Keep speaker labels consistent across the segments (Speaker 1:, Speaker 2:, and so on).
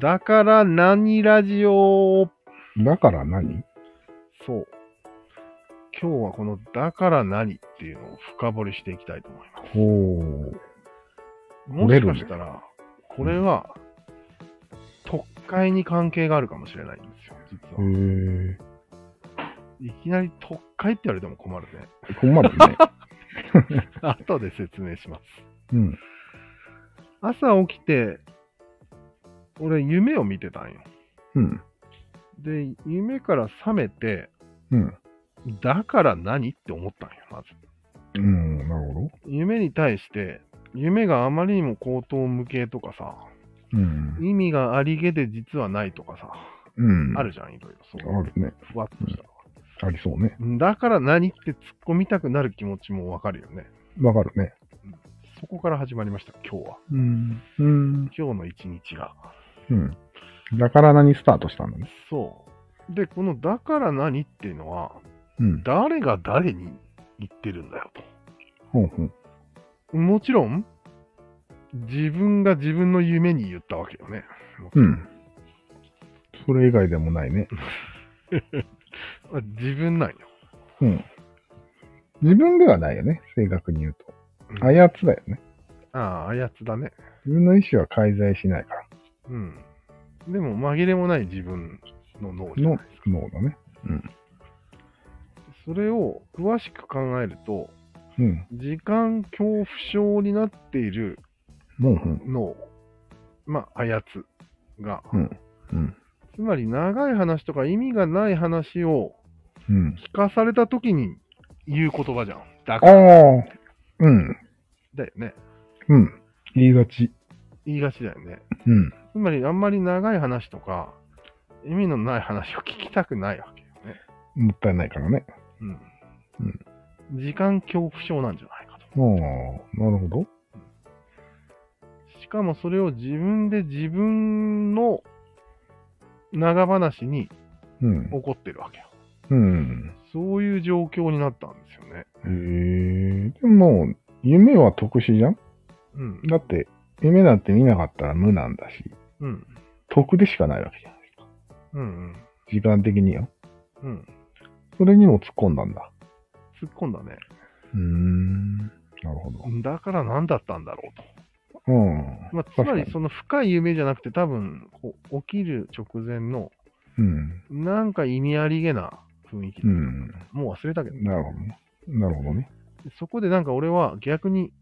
Speaker 1: だから何ラジオ
Speaker 2: だから何
Speaker 1: そう。今日はこのだから何っていうのを深掘りしていきたいと思います。
Speaker 2: ほ
Speaker 1: もしかしたら、これは、特会に関係があるかもしれないんですよ、
Speaker 2: う。
Speaker 1: 実は。
Speaker 2: へ
Speaker 1: いきなり特会って言われても困るね。
Speaker 2: え。困る ね。
Speaker 1: 後で説明します。
Speaker 2: うん。
Speaker 1: 朝起きて、俺夢を見てたんよ。
Speaker 2: うん。
Speaker 1: で、夢から覚めて、
Speaker 2: うん。
Speaker 1: だから何って思ったんよ、まず。
Speaker 2: うん。なるほど。
Speaker 1: 夢に対して、夢があまりにも口頭無形とかさ、
Speaker 2: うん。
Speaker 1: 意味がありげで実はないとかさ、
Speaker 2: うん。
Speaker 1: あるじゃん、いろいろ。そう
Speaker 2: あるね。
Speaker 1: ふわっとした。
Speaker 2: ありそうね。
Speaker 1: だから何って突っ込みたくなる気持ちもわかるよね。
Speaker 2: わかるね。
Speaker 1: そこから始まりました、今日は。
Speaker 2: うん。うん。
Speaker 1: 今日の一日が。
Speaker 2: うん。だから何スタートしたのね。
Speaker 1: そう。で、このだから何っていうのは、
Speaker 2: うん。
Speaker 1: 誰が誰に言ってるんだよ
Speaker 2: ほうほう。
Speaker 1: と。もちろん、自分が自分の夢に言ったわけよね。
Speaker 2: うん。それ以外でもないね。
Speaker 1: あ自分なんよ。
Speaker 2: うん。自分ではないよね。正確に言うと。
Speaker 1: うん
Speaker 2: あやつだよね。
Speaker 1: ああ、あやつだね。
Speaker 2: 自分の意思は介在しないから。
Speaker 1: うん。でも紛れもない自分の脳じゃない
Speaker 2: の
Speaker 1: ですか。
Speaker 2: 脳だね。
Speaker 1: それを詳しく考えると、
Speaker 2: うん。
Speaker 1: 時間恐怖症になっている
Speaker 2: もう、うん。
Speaker 1: 脳、まあ、あやつが、
Speaker 2: うん。うん。
Speaker 1: つまり長い話とか意味がない話を
Speaker 2: うん。
Speaker 1: 聞かされた時に言う言葉じゃん。だ
Speaker 2: あ
Speaker 1: から
Speaker 2: あ。うん。
Speaker 1: だよね。
Speaker 2: うん。言いがち。
Speaker 1: 言いがちだよね。
Speaker 2: うん。
Speaker 1: つまりあんまり長い話とか、意味のない話を聞きたくないわけよね。
Speaker 2: もったいないからね。
Speaker 1: うん。時間恐怖症なんじゃないかと。
Speaker 2: ああ。なるほど。
Speaker 1: しかもそれを自分で自分の長話に
Speaker 2: うん。
Speaker 1: 起こってるわけよ。
Speaker 2: うん。
Speaker 1: そういう状況になったんですよね。
Speaker 2: へえ。でも、夢は特殊じゃん
Speaker 1: うん。
Speaker 2: だって、夢なんて見なかったら無なんだし、
Speaker 1: うん。
Speaker 2: 得でしかないわけじゃん。
Speaker 1: うん。
Speaker 2: 時間的によ。
Speaker 1: うん。うん。
Speaker 2: それにも突っ込んだんだ。
Speaker 1: 突っ込んだね。
Speaker 2: うーん。なるほど。
Speaker 1: だから何だったんだろうと。
Speaker 2: うん。
Speaker 1: まあ、つ
Speaker 2: 確
Speaker 1: ま
Speaker 2: かに
Speaker 1: りその深い夢じゃなくて多分こう起きる直前の
Speaker 2: うん。
Speaker 1: なんか意味ありげな雰囲気、
Speaker 2: うん。
Speaker 1: もう忘れたけど、
Speaker 2: なるほどね。なるほどね。
Speaker 1: そこでなんか俺は逆に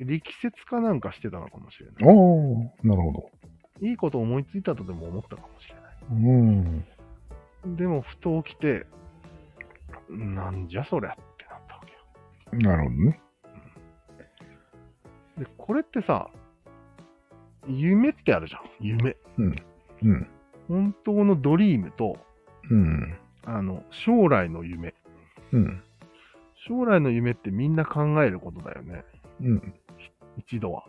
Speaker 1: 力説かなんかしてたのかもしれない。
Speaker 2: おー、なるほど。
Speaker 1: いいことを思いついたとでも思ったかもしれな
Speaker 2: うん。
Speaker 1: い。でもふと起きて、なんじゃそりゃってなったわけよ。
Speaker 2: なるほどね。
Speaker 1: で、これってさ、夢ってあるじゃん。夢。
Speaker 2: うん。
Speaker 1: 本当のドリームと、
Speaker 2: うん。
Speaker 1: あの、将来の夢。
Speaker 2: うん。
Speaker 1: 将来の夢ってみんな考えることだよね。
Speaker 2: うん。
Speaker 1: 一度は。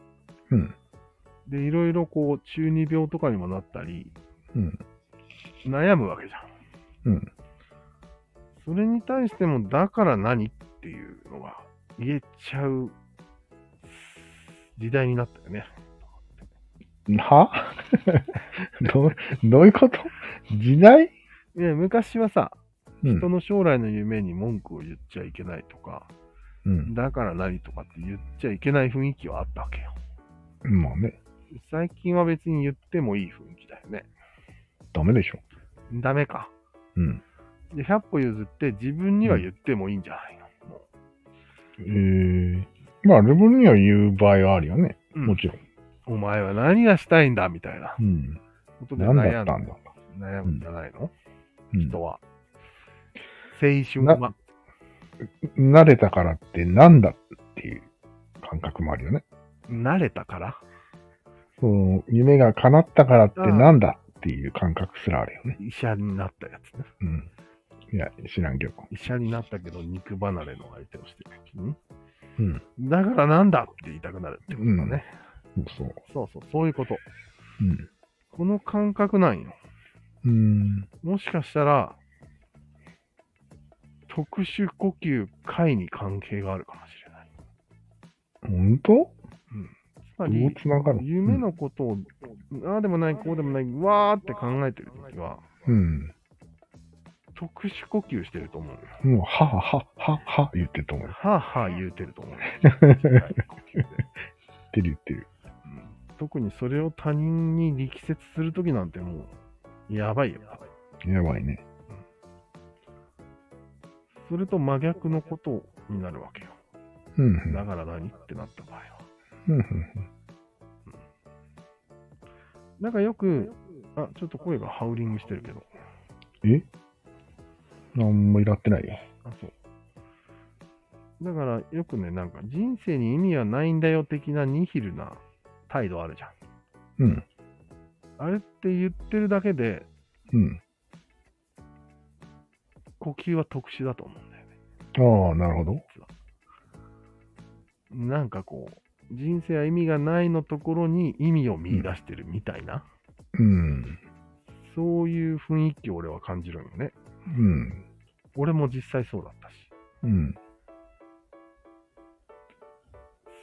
Speaker 2: うん。
Speaker 1: で、いろいろこう、中二病とかにもなったり、
Speaker 2: うん。
Speaker 1: 悩むわけじゃん。
Speaker 2: うん。
Speaker 1: それに対しても、だから何っていうのが言えちゃう時代になったよね。
Speaker 2: はどう、どういうこと時代
Speaker 1: いや、昔はさ、
Speaker 2: う
Speaker 1: 人
Speaker 2: ん。
Speaker 1: の将来の夢に文句を言っちゃいけないとか、
Speaker 2: うん。
Speaker 1: だから何とかって言っちゃいけない雰囲気はあったわけよ。
Speaker 2: まあね、
Speaker 1: 最近は別に言ってもいい雰囲気だよね。
Speaker 2: ダメでしょ。
Speaker 1: ダメか。
Speaker 2: うん。
Speaker 1: で、100歩譲って自分には言ってもいいんじゃないの、も
Speaker 2: えー。まあ、レベルには言う場合はあるよね。
Speaker 1: う
Speaker 2: もちろん。
Speaker 1: お前は何がしたいんだみたいな
Speaker 2: うん。
Speaker 1: ことで
Speaker 2: 何だ
Speaker 1: 悩
Speaker 2: った
Speaker 1: ん
Speaker 2: んだ。
Speaker 1: 悩むんじゃないの、
Speaker 2: うん
Speaker 1: 人は。青春は。
Speaker 2: 慣れたからってなんだっていう感覚もあるよね。
Speaker 1: 慣れたから
Speaker 2: その夢が叶ったからってなんだっていう感覚すらあるよね。
Speaker 1: 医者になったやつね。
Speaker 2: うん。いや、知らんけど。
Speaker 1: 医者になったけど肉離れの相手をしてる時に。
Speaker 2: うん。
Speaker 1: だからなんだって言いたくなるってことだね。
Speaker 2: そうそう。
Speaker 1: そうそう、そういうこと。
Speaker 2: うん。
Speaker 1: この感覚なんよ。
Speaker 2: うん。
Speaker 1: もしかしたら、特殊呼吸解に関係があるかもしれない。
Speaker 2: 本当
Speaker 1: つま
Speaker 2: どう
Speaker 1: り、
Speaker 2: つながる
Speaker 1: 夢のことをああでもない、こうでもない、わーって考えてるときは、
Speaker 2: うん。
Speaker 1: 特殊呼吸してると思うのよ。
Speaker 2: もう、はあはあはあはあ言ってると思う。言っ
Speaker 1: はあはあ言うてると 思うのよ。小さい呼吸で
Speaker 2: てる言ってる。
Speaker 1: うん特にそれを他人に力説するときなんてもう、やばいよ。
Speaker 2: やばいね。
Speaker 1: それと真逆のことになるわけよ。
Speaker 2: うんうん。
Speaker 1: だから何ってなった場合は。
Speaker 2: うんうん
Speaker 1: なんかよく、あ、ちょっと声がハウリングしてるけど。
Speaker 2: うん。なんもいらってないよ。
Speaker 1: あ、そう。だからよくね、なんか人生に意味はないんだよ的なニヒルな態度あるじゃん。
Speaker 2: うん。
Speaker 1: あれって言ってるだけで、
Speaker 2: うん。
Speaker 1: 呼吸は特殊だと思うんだよね。
Speaker 2: ああ、なるほど。
Speaker 1: なんかこう、人生は意味がないのところに意味を見出してるみたいな、
Speaker 2: うん。
Speaker 1: そういう雰囲気を俺は感じるんよね。
Speaker 2: うん。
Speaker 1: 俺も実際そうだったし。
Speaker 2: うん。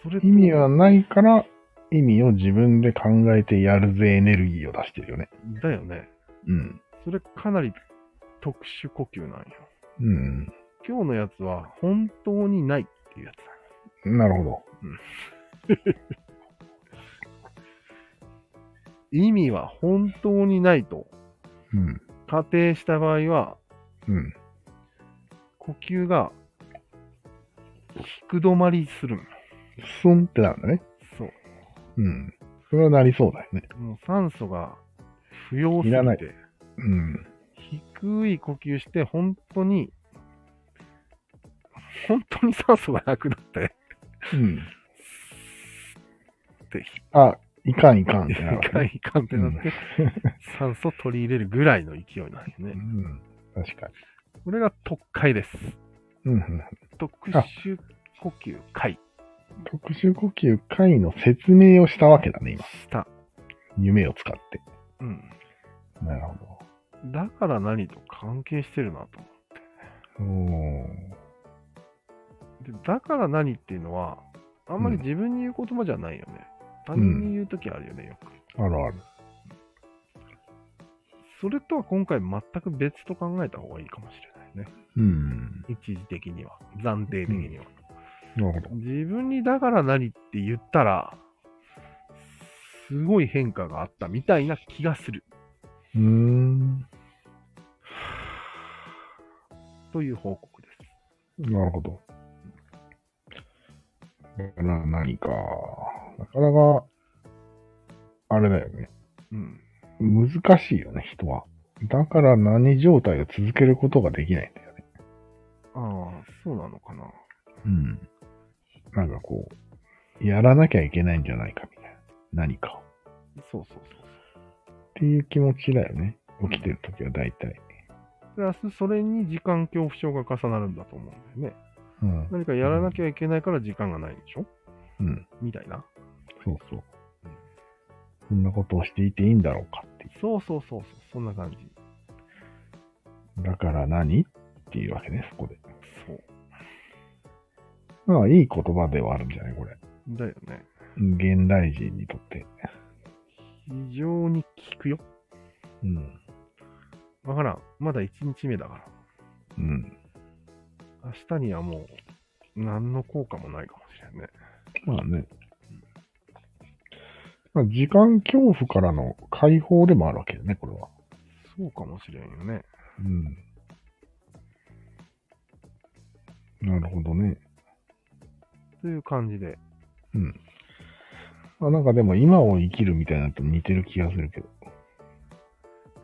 Speaker 1: それと
Speaker 2: 意味はないから、意味を自分で考えてやるぜエネルギーを出してるよね。
Speaker 1: だよね。
Speaker 2: うん。
Speaker 1: それかなり特殊呼吸なんよ。
Speaker 2: うん。
Speaker 1: 今日のやつは本当にないっていうやつだよ
Speaker 2: なるほど。
Speaker 1: 意味は本当にないと
Speaker 2: うん。
Speaker 1: 仮定した場合は、
Speaker 2: うん。
Speaker 1: 呼吸が低止まりするんよ
Speaker 2: スンってなるんだね。
Speaker 1: そう。
Speaker 2: うん。それはなりそうだよね。
Speaker 1: もう酸素が不要す
Speaker 2: いらな
Speaker 1: ぎ
Speaker 2: い
Speaker 1: て、
Speaker 2: うん。
Speaker 1: 低い呼吸して、本当に、本当に酸素がなくなって、
Speaker 2: うん。
Speaker 1: って、
Speaker 2: あ、いかんいかんっ
Speaker 1: い
Speaker 2: てなるわけ
Speaker 1: かん
Speaker 2: ね。
Speaker 1: いかんってなって、酸素取り入れるぐらいの勢いなんよ
Speaker 2: う
Speaker 1: ね。
Speaker 2: ん。確か
Speaker 1: これが特快です。
Speaker 2: に。うんうん。
Speaker 1: 特殊呼吸快
Speaker 2: 特殊呼吸回の説明をしたわけだね、今。
Speaker 1: した。
Speaker 2: 夢を使って。
Speaker 1: うん。
Speaker 2: なるほど。
Speaker 1: だから何と関係してるなと思
Speaker 2: お
Speaker 1: う。で、だから何っていうのは、あんまり自分に言う言葉じゃないよね。他人に言うときあるよね、よく。
Speaker 2: ーあるある。
Speaker 1: それとは今回全く別と考えた方がいいかもしれないね。
Speaker 2: うん。
Speaker 1: 一時的には。暫定的には。
Speaker 2: なるほど。
Speaker 1: 自分にだから何って言ったら、すごい変化があったみたいな気がする。
Speaker 2: うーん。
Speaker 1: という報告です。
Speaker 2: なるほど。だから何か。なかなか、あれだよね。
Speaker 1: うん。
Speaker 2: 難しいよね、人は。だから何状態を続けることができないんだよね。
Speaker 1: ああ、そうなのかな。
Speaker 2: うん。なんかこう、やらなきゃいけないんじゃないかみたいな。何かを。
Speaker 1: そうそうそう
Speaker 2: っていう気持ちだよね。起きてるときは大体。
Speaker 1: そう。プラス、それに時間恐怖症が重なるんだと思うんだよね。
Speaker 2: うん。
Speaker 1: 何かやらなきゃいけないから時間がないんでしょ
Speaker 2: うん。
Speaker 1: みたいな。
Speaker 2: そうそう。そんなことをしていていいんだろうかってい
Speaker 1: そうそうそうそう。そんな感じ。
Speaker 2: う。だから何っていうわけね、そこで。
Speaker 1: そう。
Speaker 2: まあ、いい言葉ではあるんじゃないこれ。
Speaker 1: だよね。
Speaker 2: 現代人にとって。
Speaker 1: 非常に効くよ。
Speaker 2: うん。
Speaker 1: わからん。まだ1日目だから。
Speaker 2: うん。
Speaker 1: 明日にはもう、何の効果もないかもしれんね。
Speaker 2: まあね。まあ、時間恐怖からの解放でもあるわけよね、これは。
Speaker 1: そうかもしれんよね。
Speaker 2: うん。なるほどね。
Speaker 1: という感じで。
Speaker 2: うん。まあ、なんかでも今を生きるみたいなのと似てる気がするけど。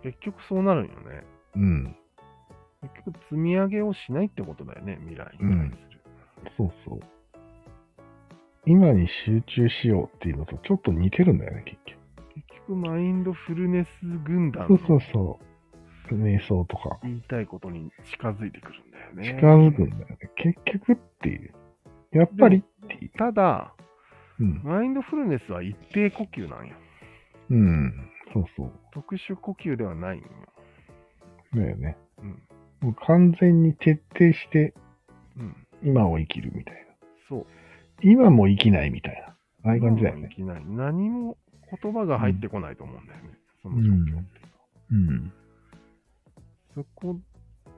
Speaker 1: 結局そうなるんよね。
Speaker 2: うん。
Speaker 1: 結局積み上げをしないってことだよね。未来に対する。
Speaker 2: そうそう。今に集中しようっていうのとちょっと似てるんだよね、結局。
Speaker 1: 結局、マインドフルネス軍団
Speaker 2: そうそ
Speaker 1: の
Speaker 2: うそう。瞑想とか。
Speaker 1: 言いたいことに近づいてくるんだよね。
Speaker 2: 近づくんだよね。結局っていう。やっぱりっていう。
Speaker 1: ただ、
Speaker 2: うん。
Speaker 1: マインドフルネスは一定呼吸なんよ。
Speaker 2: うん。そうそ
Speaker 1: 特殊呼吸ではないんよ。
Speaker 2: う。だよね。
Speaker 1: うん。
Speaker 2: もう完全に徹底して
Speaker 1: うん。
Speaker 2: 今を生きるみたいな。
Speaker 1: そう。
Speaker 2: 今も生きないみたいな。ああいう感じだよ
Speaker 1: 今も
Speaker 2: ね
Speaker 1: い。きなり何も言葉が入ってこないと思うんだよね。
Speaker 2: ん
Speaker 1: その状況っていうのは。
Speaker 2: うん。
Speaker 1: そこ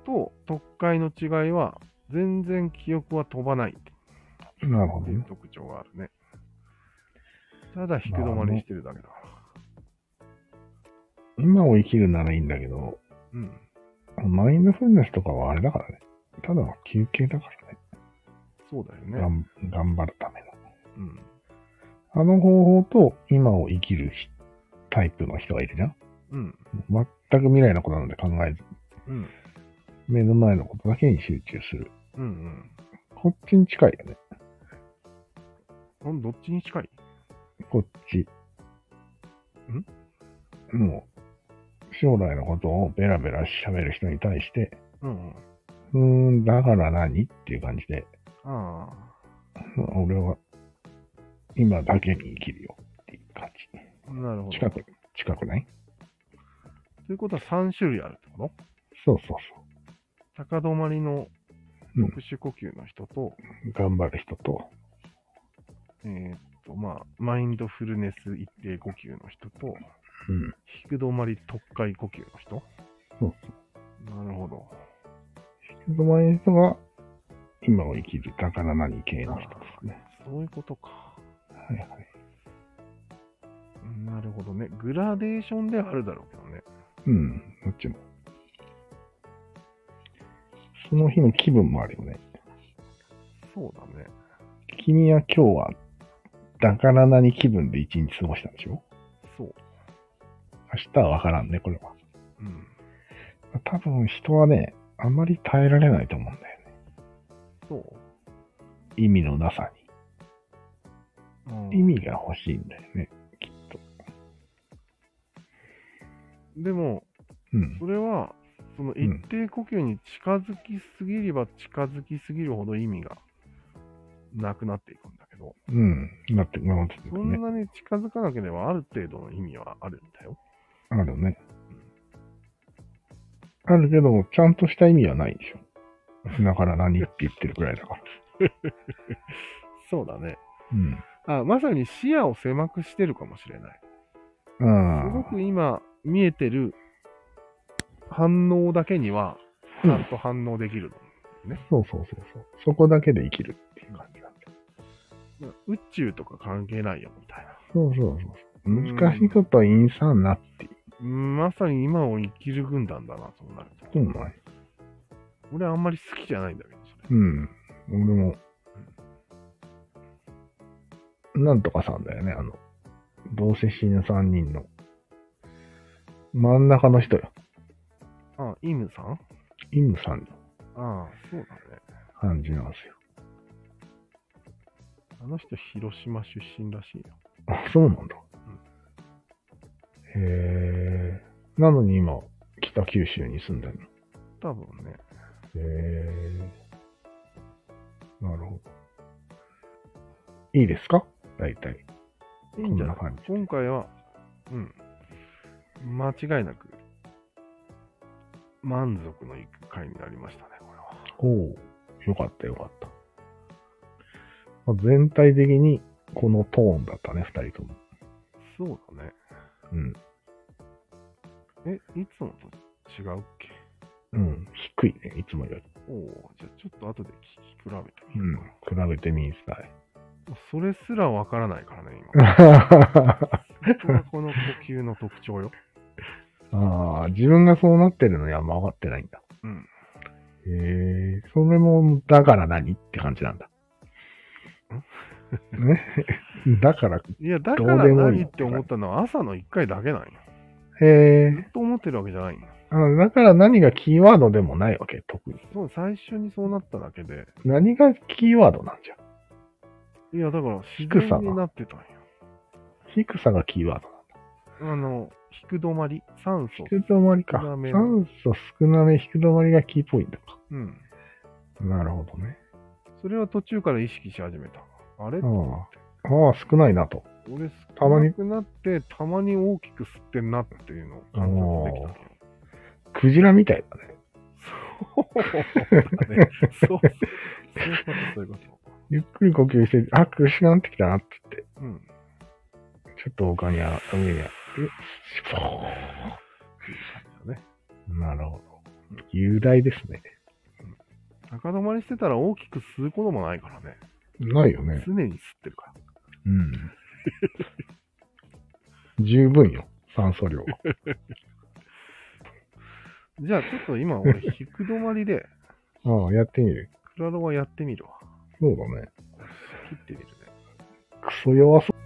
Speaker 1: と、特会の違いは、全然記憶は飛ばないっ
Speaker 2: なるほど
Speaker 1: ていう
Speaker 2: ね。
Speaker 1: 特徴があるね。ただ、引く止まりしてるだけだ。
Speaker 2: 今を生きるならいいんだけど、
Speaker 1: うん。
Speaker 2: マインドフルネスとかはあれだからね。ただの休憩だからね。
Speaker 1: そうだよ
Speaker 2: が
Speaker 1: ね。
Speaker 2: ん頑張るための。
Speaker 1: うん。
Speaker 2: あの方法と今を生きるひタイプの人がいるじゃん。
Speaker 1: うん。
Speaker 2: 全く未来のことなんで考えず、
Speaker 1: うん。
Speaker 2: 目の前のことだけに集中する。
Speaker 1: うん。
Speaker 2: こっちに近いよね。
Speaker 1: うん。どっちに近い
Speaker 2: こっち。んもう、将来のことをベラベラ喋る人に対して、
Speaker 1: うん。うん
Speaker 2: うーん、だから何っていう感じで、
Speaker 1: あ
Speaker 2: うん俺は今だけに生きるよっていう感
Speaker 1: あ。なるほ
Speaker 2: じ。
Speaker 1: ど。
Speaker 2: 近く、近くない
Speaker 1: ということは3種類あるってこと
Speaker 2: そうそうそ
Speaker 1: 高止まりの
Speaker 2: うん
Speaker 1: 特殊呼吸の人と、
Speaker 2: う。頑張る人と、
Speaker 1: えーっと、まあ、マインドフルネス一定呼吸の人と、
Speaker 2: うん。
Speaker 1: 引く止まり特会呼吸の人
Speaker 2: そう
Speaker 1: なるほど。
Speaker 2: 人前の人は、今を生きる宝何系の人ですね。
Speaker 1: そういうことか。
Speaker 2: はいはい。
Speaker 1: なるほどね。グラデーションではあるだろうけどね。
Speaker 2: うん、どっちも。その日の気分もあるよね。
Speaker 1: そうだね。
Speaker 2: 君は今日は、だから何気分で一日過ごしたんでしょ
Speaker 1: そう。
Speaker 2: 明日はわからんね、これは。
Speaker 1: うん。
Speaker 2: 多分人はね、あまり耐えられないと思うんだよね。
Speaker 1: そう。
Speaker 2: 意味のなさに。
Speaker 1: うん
Speaker 2: 意味が欲しいんだよね、きっと。
Speaker 1: でも、
Speaker 2: うん。
Speaker 1: それは、その一定呼吸に近づきすぎれば近づきすぎるほど意味がなくなっていくんだけど、
Speaker 2: うん。なって、なってく
Speaker 1: そ
Speaker 2: る
Speaker 1: ん
Speaker 2: ね。
Speaker 1: なに近づかなければある程度の意味はあるんだよ。
Speaker 2: あるね。あるけど、ちゃんとした意味はないでしょ。 だから何って言ってるくらいだから。
Speaker 1: そうだね。
Speaker 2: うん。
Speaker 1: あまさに視野を狭くしてるかもしれない。すご
Speaker 2: あ
Speaker 1: く今見えてる反応だけには、ちゃんと反応できる。
Speaker 2: あ、そうそうそうそう。そこだけで生きるっていう感じなんだよ。
Speaker 1: 宇宙とか関係ないよみたいな。
Speaker 2: そうそうそうそう。難しいことはインサンなっていう。
Speaker 1: うんまさに今を生きる軍団だな、そうなると。
Speaker 2: そうなんよ
Speaker 1: 俺あんまり好きじゃないんだけど、それ。
Speaker 2: うん。俺も、なんとかさんだよね。あの、どうせ死ぬ3人の。真ん中の人よ。
Speaker 1: あ、イムさん
Speaker 2: イムさんの
Speaker 1: ああ、そうだね。
Speaker 2: 感じなんですよ。
Speaker 1: あの人、広島出身らしいよ。
Speaker 2: あ、そうなんだ。へえ。なのに今、北九州に住んでる
Speaker 1: 多分ね。
Speaker 2: の。へえ。なるほど。いいですか大体。
Speaker 1: い
Speaker 2: こ
Speaker 1: いん
Speaker 2: ん
Speaker 1: じゃ
Speaker 2: な
Speaker 1: ない
Speaker 2: 感じ。
Speaker 1: 今回は、うん。間違いなく、満足のいく回になりましたね、これは。
Speaker 2: おおう。よかったよかった。まあ、全体的にこのトーンだったね、二人とも。
Speaker 1: そうだね。
Speaker 2: うん。
Speaker 1: え、いつもと違うっけ
Speaker 2: うん。低いね、いつもより。
Speaker 1: おお、じゃあちょっと後で聞き比べて
Speaker 2: う
Speaker 1: み
Speaker 2: ん
Speaker 1: ようか。。
Speaker 2: 比べてみんさい。
Speaker 1: もうそれすらわからないからね、 今。
Speaker 2: あ
Speaker 1: ここがこの呼吸の特徴よ。
Speaker 2: あ、自分がそうなってるのにあんま分かってないんだ。
Speaker 1: うん。
Speaker 2: へえ、それも、だから何って感じなんだ。ね だから、
Speaker 1: いや、だか
Speaker 2: どう
Speaker 1: ら
Speaker 2: でもいい
Speaker 1: 何って思ったのは朝の1回だけなんよ。
Speaker 2: へ
Speaker 1: ず
Speaker 2: え
Speaker 1: っと思ってるわけじゃないんよ。
Speaker 2: あ、だから何がキーワードでもないわけ、特に。
Speaker 1: そう最初にそうなっただけで、
Speaker 2: 何がキーワードなんじゃ。
Speaker 1: いや、だから自
Speaker 2: 低さが
Speaker 1: 然になってたんよ。
Speaker 2: 低さがキーワード
Speaker 1: あの、引く止まり、酸素。
Speaker 2: 低止まりか。
Speaker 1: 少なめの
Speaker 2: 酸素少なめ、低止まりがキーポイントか。
Speaker 1: うん。
Speaker 2: なるほどね。
Speaker 1: それは途中から意識し始めた。あれ
Speaker 2: ああ、ああ少ないなと。
Speaker 1: 俺、
Speaker 2: たまに
Speaker 1: 少なくなって、たまに大きく吸ってんなっていうのを観察できたんよ。
Speaker 2: クジラみたいだね。
Speaker 1: そうだね。そう。そういうこと、そういうこ
Speaker 2: ゆっくり呼吸して、あ、苦しくなってきたなって言って、
Speaker 1: と。うん。
Speaker 2: ちちょっと他にあ、上にあ、え、ね。なるほど。雄大ですね。
Speaker 1: 高止まりしてたら大きく吸うこともないからね。
Speaker 2: ないよね。
Speaker 1: 常に吸ってるから。
Speaker 2: うん。十分よ、酸素量は。
Speaker 1: じゃあちょっと今俺、引く止まりで、
Speaker 2: ああ、やってみる。
Speaker 1: クラロワやってみるわ。
Speaker 2: そうだね。
Speaker 1: 切ってみるね。
Speaker 2: クソ弱そう。